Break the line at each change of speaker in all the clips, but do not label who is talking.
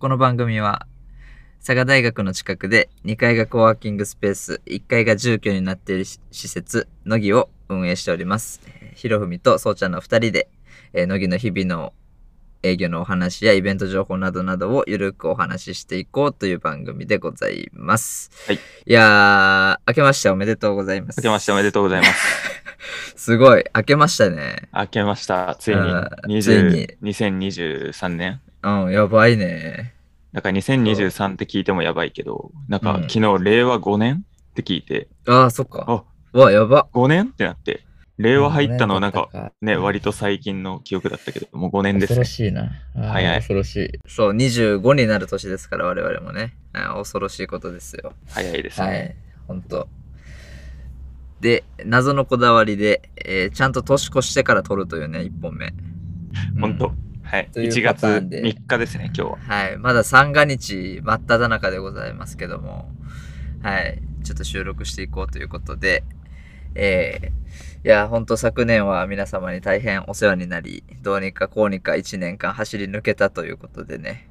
この番組は佐賀大学の近くで2階がコワーキングスペース1階が住居になっているし施設乃木を運営しておりますえーひろふみとそうちゃんの2人で、えー、乃木の日々の営業のお話やイベント情報などなどをゆるくお話ししていこうという番組でございます、
はい
いやー明けましておめでとうございます
明けましておめでとうございます。
すごい明けましたね
明けました。ついに
あー
20 2023年。
うんやばいね
なんか2023って聞いてもやばいけど、なんか
うん
昨日令和5年って聞いて、
あーそっか
あ
うわやば
5年ってなって、令和入ったのはなんかね、
うん
割と最近の記憶だったけど、もう5年で
恐
す
ろ
ね。
しいな。あー
早い
恐ろしい。
そう、25になる年ですから、我々もね。あ恐ろしいことですよ。
早いですね。
はい。ほんと。で、謎のこだわりで、えーちゃんと年越してから撮るというね、1本目。
ほん
う
と
ん。
はい。
という
1
パ
月
ターンで
3日ですね、今日は。
はい。まだ三が日真っ只中でございますけども、はい。ちょっと収録していこうということで、えーいや、ほんと昨年は皆様に大変お世話になり、どうにかこうにか1年間走り抜けたということでね、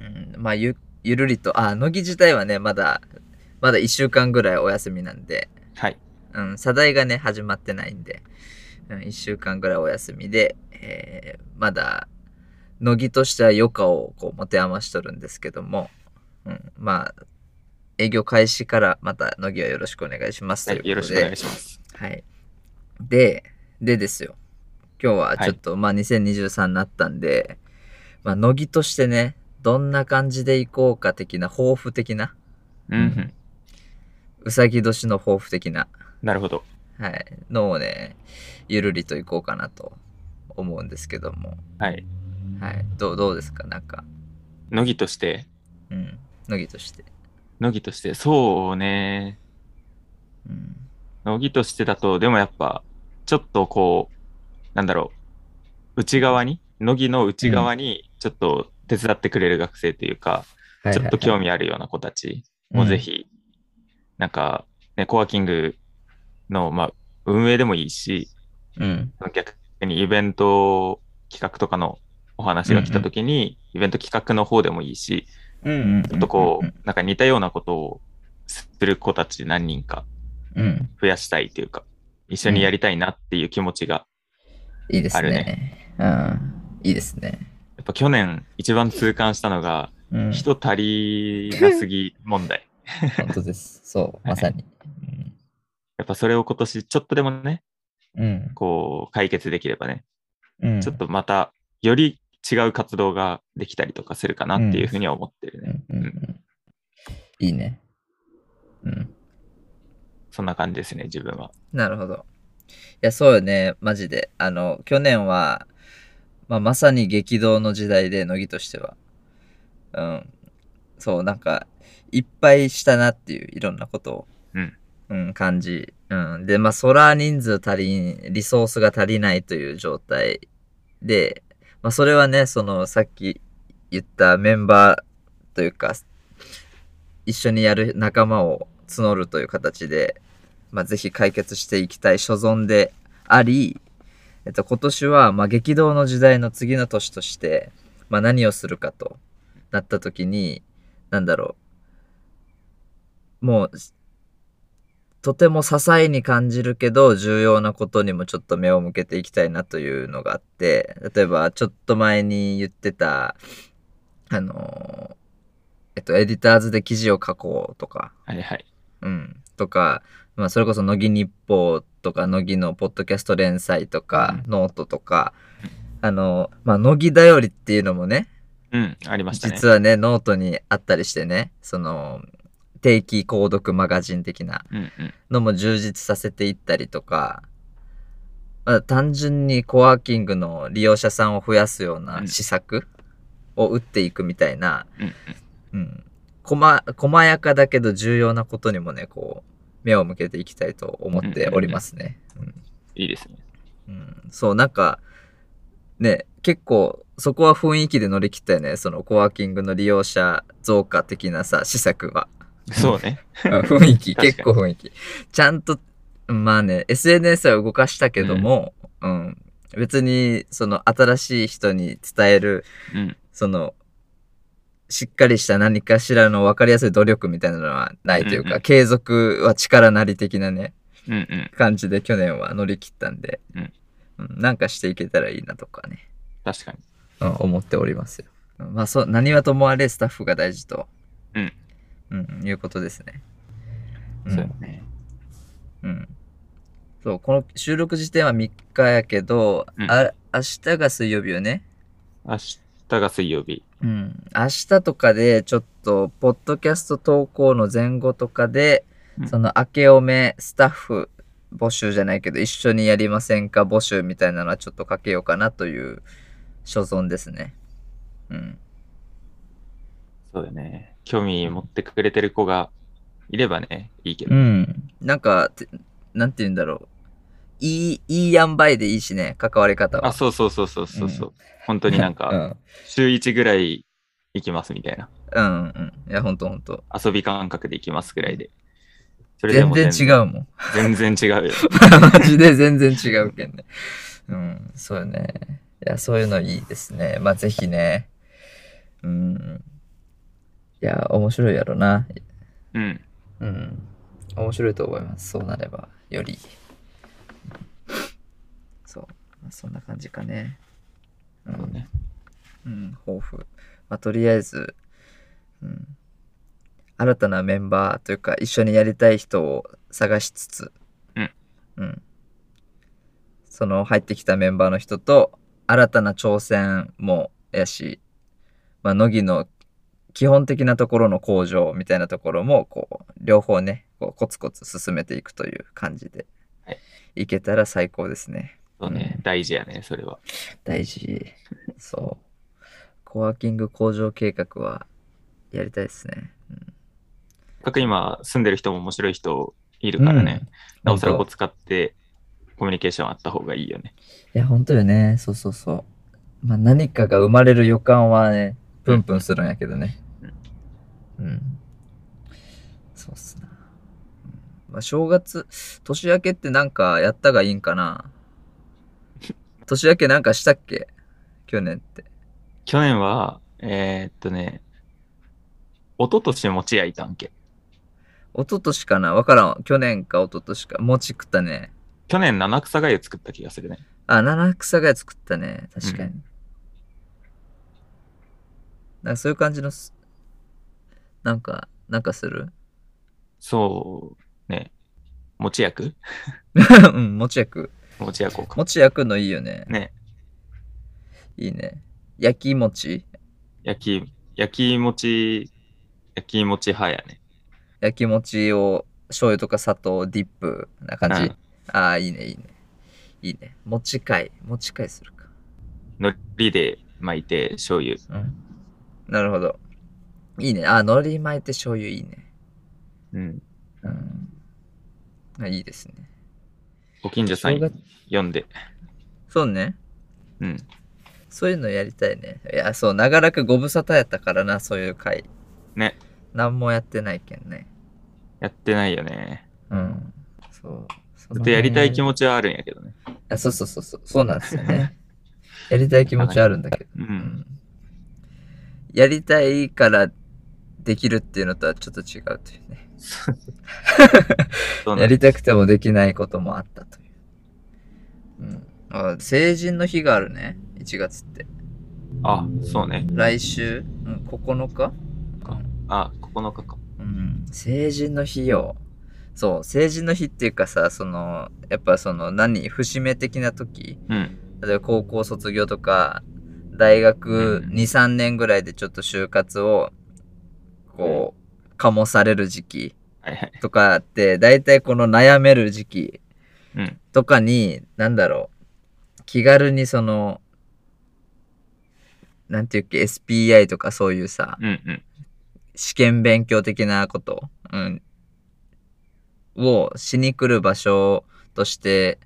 うん、まあゆ、ゆるりと、あ、乃木自体はね、まだ、まだ1週間ぐらいお休みなんで、
はい。
うん、課題がね、始まってないんで、うん、1週間ぐらいお休みで、えーまだ、乃木としては余暇をこう持て余しとるんですけども、うん、まあ、営業開始からまた乃木はよろしくお願いしますと
はいい、よ
う
ろ
こと
し
で、
くお願いします。
はい。で、でですよ。今日はちょっと、まあ2023になったんで、まあ乃木としてね、どんな感じでいこうか的な、抱負的な、
うんうん。
うさぎ年の抱負的な、
なるほど。
はい、のをね、ゆるりといこうかなと思うんですけども、
はい。
はい、どうどうですか、なんか、
乃木として、
うん、乃木として。
乃木として、そうね。
うん、
乃木としてだと、でもやっぱ、ちょっとこう、なんだろう、内側に、乃木の内側に、ちょっと手伝ってくれる学生というか、ちょっと興味あるような子たちもぜひ、なんか、ね、コワーキングの、まあ、運営でもいいし、
うん、
逆にイベント企画とかのお話が来た時に、イベント企画の方でもいいし、
うん
う
うん
ん、
ちょっとこう、なんか似たようなことをする子たち何人か
うん、うん、
増やしたいというか、一緒にやりたいなっていう気持ちが、
いいです
ある
ね。うん、いいですね。
やっぱ去年一番痛感したのが、
うん、
人足りなすぎ問題。
本当です。そう、まさに。
やっぱそれを今年ちょっとでもね、
うん、
こう解決できればね、
うん、
ちょっとまたより違う活動ができたりとかするかなっていうふうには思ってる
う
ね。
ん、うん、うん。いいね。うん。
そんな感じですね、自分は。
なるほど。いや、そうよね、マジで。あの、去年は、まあ、まさに激動の時代で、乃木としては。うん。そう、なんか、いっぱいしたなっていう、いろんなことを、
うん
うん、感じ。うん。で、まあ、そら人数足りん、リソースが足りないという状態で、まあ、それはね、その、さっき言ったメンバーというか、一緒にやる仲間を募るという形で、まあ、ぜひ解決していきたい所存であり、えっと、今年は、まあ、激動の時代の次の年として、まあ、何をするかとなった時に、なんだろう。もう、とても些細に感じるけど、重要なことにもちょっと目を向けていきたいなというのがあって、例えば、ちょっと前に言ってた、あのー、えっと、エディターズで記事を書こうとか、
はいはい。
うん、とか、まあ、それこそ乃木日報とか乃木のポッドキャスト連載とか、ノートとかあの、まあ、乃木だよりっていうのもね
うん、ありましたね。
実はねノートにあったりしてねその定期購読マガジン的な
うんうん。
のも充実させていったりとか、まあ、単純にコワーキングの利用者さんを増やすような施策を打っていくみたいな、
うんうん
うん、こま細やかだけど重要なことにもねこう目を向けていきたいと思っておりますね。
いいですね。
うんうんそうなんかね結構そこは雰囲気で乗り切ったよねそのコワーキングの利用者増加的なさ施策は。
そうね。
うん雰囲気、
確かに
結構雰囲気。ちゃんと、まあね、SNS は動かしたけども、うん、別に、その、新しい人に伝える、
うん。
その、しっかりした何かしらの分かりやすい努力みたいなのはないというか、
うんうん
継続は力なり的なね、
うんうん。
感じで去年は乗り切ったんで、
うん
うんなんかしていけたらいいなとかね、
確かに。
うん思っておりますよ。うんまあそう、何はともあれスタッフが大事と、
うん
うんいうことですね。うん
そうよね。
うん。そう、この収録時点は3日やけど、
うん
あ明日が水曜日よね。
明日が水曜日。
うん。明日とかで、ちょっと、ポッドキャスト投稿の前後とかで、
うん
その、明けおめスタッフ募集じゃないけど、一緒にやりませんか募集みたいなのはちょっとかけようかなという所存ですね。うん。
そうだね。興味持ってくれてる子がいればね、いいけ
う
ど。
ん。なんか、てなんて言うんだろう。いい、いい塩梅でいいしね、関わり方は。
あ、そうそうそうそうそうそう。本当になんか、
うん。
週1ぐらい行きますみたいな。
うんうん。いや、ほんとほんと。
遊び感覚で行きますぐらいで。そ
全然違
う。
うもん。
全然違うよ。
マジで全然違うけんね。うん、そうよね。いや、そういうのいいですね。まあ、ぜひね。うん。いや、面白いやろな。
うん。
うん。面白いと思います。そうなれば、より。そう。まあそんな感じかね。うん
そうね。
うん、抱負。まあ、とりあえず、うん、新たなメンバーというか、一緒にやりたい人を探しつつ、
うん。
うん。その入ってきたメンバーの人と、新たな挑戦もやし、まあ、乃木の基本的なところの向上みたいなところも、こう、両方ね、こうコツコツ進めていくという感じで、
はい、
いけたら最高ですね。
そうね。大事やね、それは。
大事。そう。コワーキング工場計画はやりたいですね。
せっかく今、住んでる人も面白い人いるからね。なおさらこう
本当
使って、コミュニケーションあった方がいいよね。
いや、本当よね。そうそうそう。まあ、何かが生まれる予感はね、プンプンするんやけどね。うん。そうっすな。うんまあ、正月、年明けってなんかやったがいいんかな。年明けなんかしたっけ去年って。
去年は、えーっとね、一昨年餅屋いたんけ。
一昨年かなわからん。去年か一昨年か。餅食ったね。
去年、七草がゆ作った気がするね。
あ、七草が作ったね。確かに。
う
なんかそういう感じのす、なんか、なんかす る
そう、ね。餅役
うん、餅焼く。
餅役をか。
餅焼くのいいよね。
ね。
いいね。焼き餅
焼き、焼き餅、焼き餅派やね。
焼き餅を醤油とか砂糖、ディップな感じ。
うん
ああ、いいね、いいね。いいね。餅会。餅会するか。
海苔で巻いて、醤油。
うん。なるほど。いいね。あ、海苔巻いて醤油いいね。
うん。
うん。あいいですね。
ご近所さん
正月
読んで。
そうね。
うん。
そういうのやりたいね。いや、そう、長らくご無沙汰やったからな、そういう回。
ね。
何もやってないけんね。
やってないよね。
うん。そう。
ずっとやりたい気
ち。
持ちはあるんやけどね。
あ、そうそうそうそう。そうなんですよ ね。やりたい気持ちあるんだけど。
う。
うんん。やりたいからできるっていうのとはちょっと違うというね。
そう
や
ね。
りたくてもできないこともあったという。うん。あ、成人の日があるね。1月って。
あ、そうね。
来週、うん、9日
あ、9日か。
うん、成人の日よ。そう、成人の日っていうかさ、その、やっぱその何、節目的な時、
うん。
例えば高校卒業とか、大学
うん
2、3年ぐらいでちょっと就活を、こう、かもされる時期
はいはい。
とかって、大体この悩める時期
うん。
とかに、なんだろう、気軽にその、なんていうっけ、SPI とかそういうさ、
うんうん。
試験勉強的なこと、うん、をしに来る場所として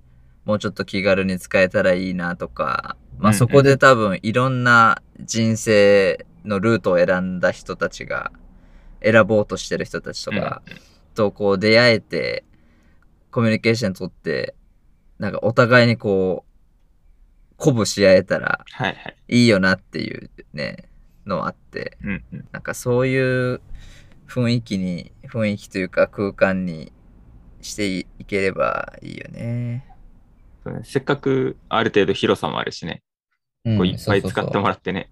もうちょっと気軽に使えたらいいなとか、ま
うんう
あ、
ん
そこで多分いろんな人生のルートを選んだ人たちが選ぼうとしてる人たちとかとこう出会えてコミュニケーション取ってなんかお互いにこう鼓舞し合えたら
はいはい。
いいよなっていうね、のあって、
うんうん。
なんかそういう雰囲気に、雰囲気というか空間にしていいければいいよね。
そうねせっかくある程度広さもあるしね、
うん
こういっぱい使っても
ら
らってね。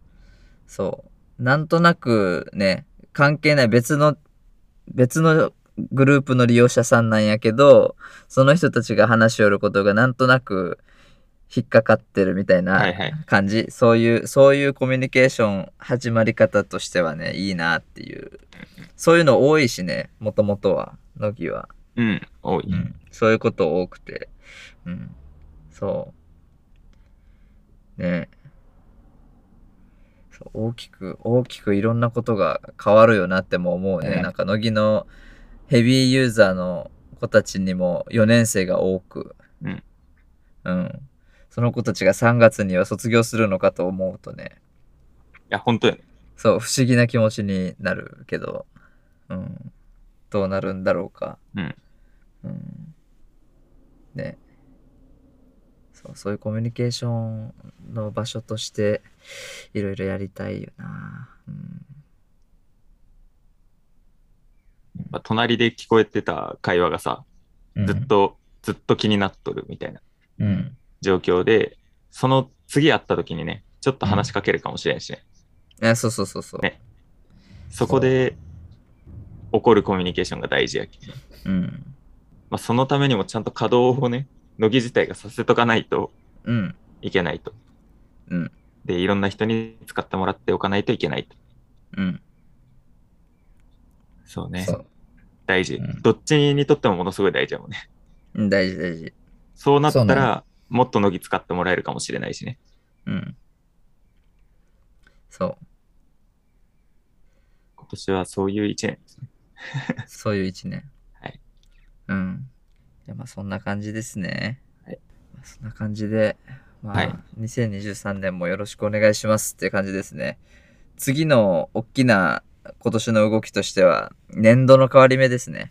そう。なんとなくね、関係ない別の、別のグループの利用者さんなんやけど、その人たちが話しよることがなんとなく引っかかってるみたい
はい
な
はい。
感じ。そういう、そういうコミュニケーション始まり方としてはね、いいなっていう。そういうの多いしね、もともとは、乃木は。
うん、多い。
そういうこと多くて。うん。そう。ねそう大きく、大きくいろんなことが変わるよなっても思うね。
ね
なんか、乃木のヘビーユーザーの子たちにも4年生が多く。
うん。
うん。その子たちが3月には卒業するのかと思うとね。
いや、本当よね。
そう、不思議な気持ちになるけど、うん、どうなるんだろうか。
うん。
うん、ね。そう、そういうコミュニケーションの場所として、いろいろやりたいよな。うん。
まあ隣で聞こえてた会話がさ、ずっと、ずっと気になっとるみたいな
うん、
状況で、その次会った時にね、ちょっと話しかけるかもしれんしね。
え、そうそうそうそう。
ねそこで起こるコミュニケーションが大事やけんね、
うん。
まあ、そのためにもちゃんと稼働をね、乃木自体がさせとかないと
うん。
いけないと。
うん。
で、いろんな人に使ってもらっておかないといけないと。
うん。
そう
うん
ね
そ。う
大事、
うん
どっちにとってもものすごい大事やもんね。
うん大事大事。
そうなった
そう
ら
ね、
もっと乃木使ってもらえるかもしれないしね。
うん。そう。
今年はそういう一年ですね。
そういう一年。
はい。
うん。じゃあまあそんな感じですね。
はい。
そんな感じで、まあ、
はい
2023年もよろしくお願いしますっていう感じですね。次の大きな今年の動きとしては、年度の変わり目ですね。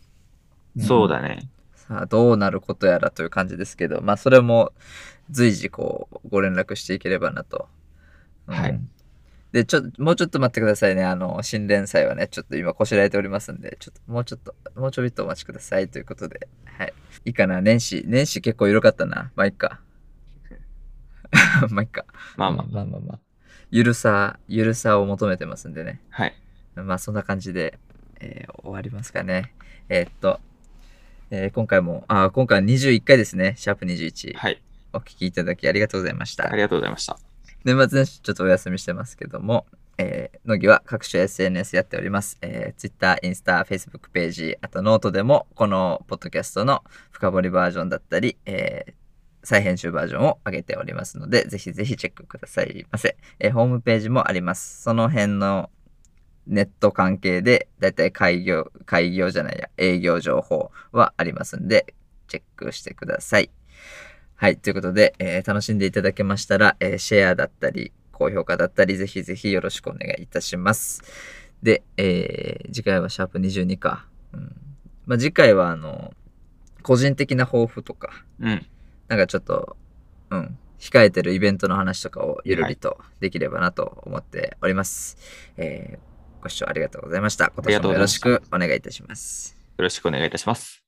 うん
そうだね。
さあ、どうなることやらという感じですけど、まあそれも随時こう、ご連絡していければなと。うん
はい。
で、ちょ、もうちょっと待ってくださいね。あの、新連載はね、ちょっと今こしらえておりますんで、ちょっと、もうちょっと、もうちょびっとお待ちくださいということで。はい。いいかな年始、年始結構緩かったな。まあ、いっ か。まあ、いっか。
まあまあ。
まあまあまあ
ゆるさ、ゆるさを求めてますんでね。
はい。
まあ、そんな感じで、えー終わりますかね。えーっと、えー今回も、あー、今回21回ですね。シャープ21。
はい。
お聞きいただきありがとうございました
あ。りがとうございました。
年末年始ちょっとお休みしてますけども、えー、乃木は各種 SNS やっております。えー、Twitter、インスタ、Facebook ページ、あとノートでも、このポッドキャストの深掘りバージョンだったり、えー再編集バージョンを上げておりますので、ぜひぜひチェックくださいませ。えーホームページもあります。その辺のネット関係で、だいたい開業、開業じゃないや、営業情報はありますんで、チェックしてください。はい、ということで、えー楽しんでいただけましたら、えーシェアだったり、高評価だったり、ぜひぜひよろしくお願いいたします。で、えー次回はシャープ22か。うんまあ、次回は、あの、個人的な抱負とか、
うん。
なんかちょっと、うん、控えてるイベントの話とかをゆるりとできればなと思っております。えーご視聴ありがとうございました。今
り
年
がとう
もよ
ござい
ろ
ま
し
した
くお願いいたします。
よろしくお願いいたします。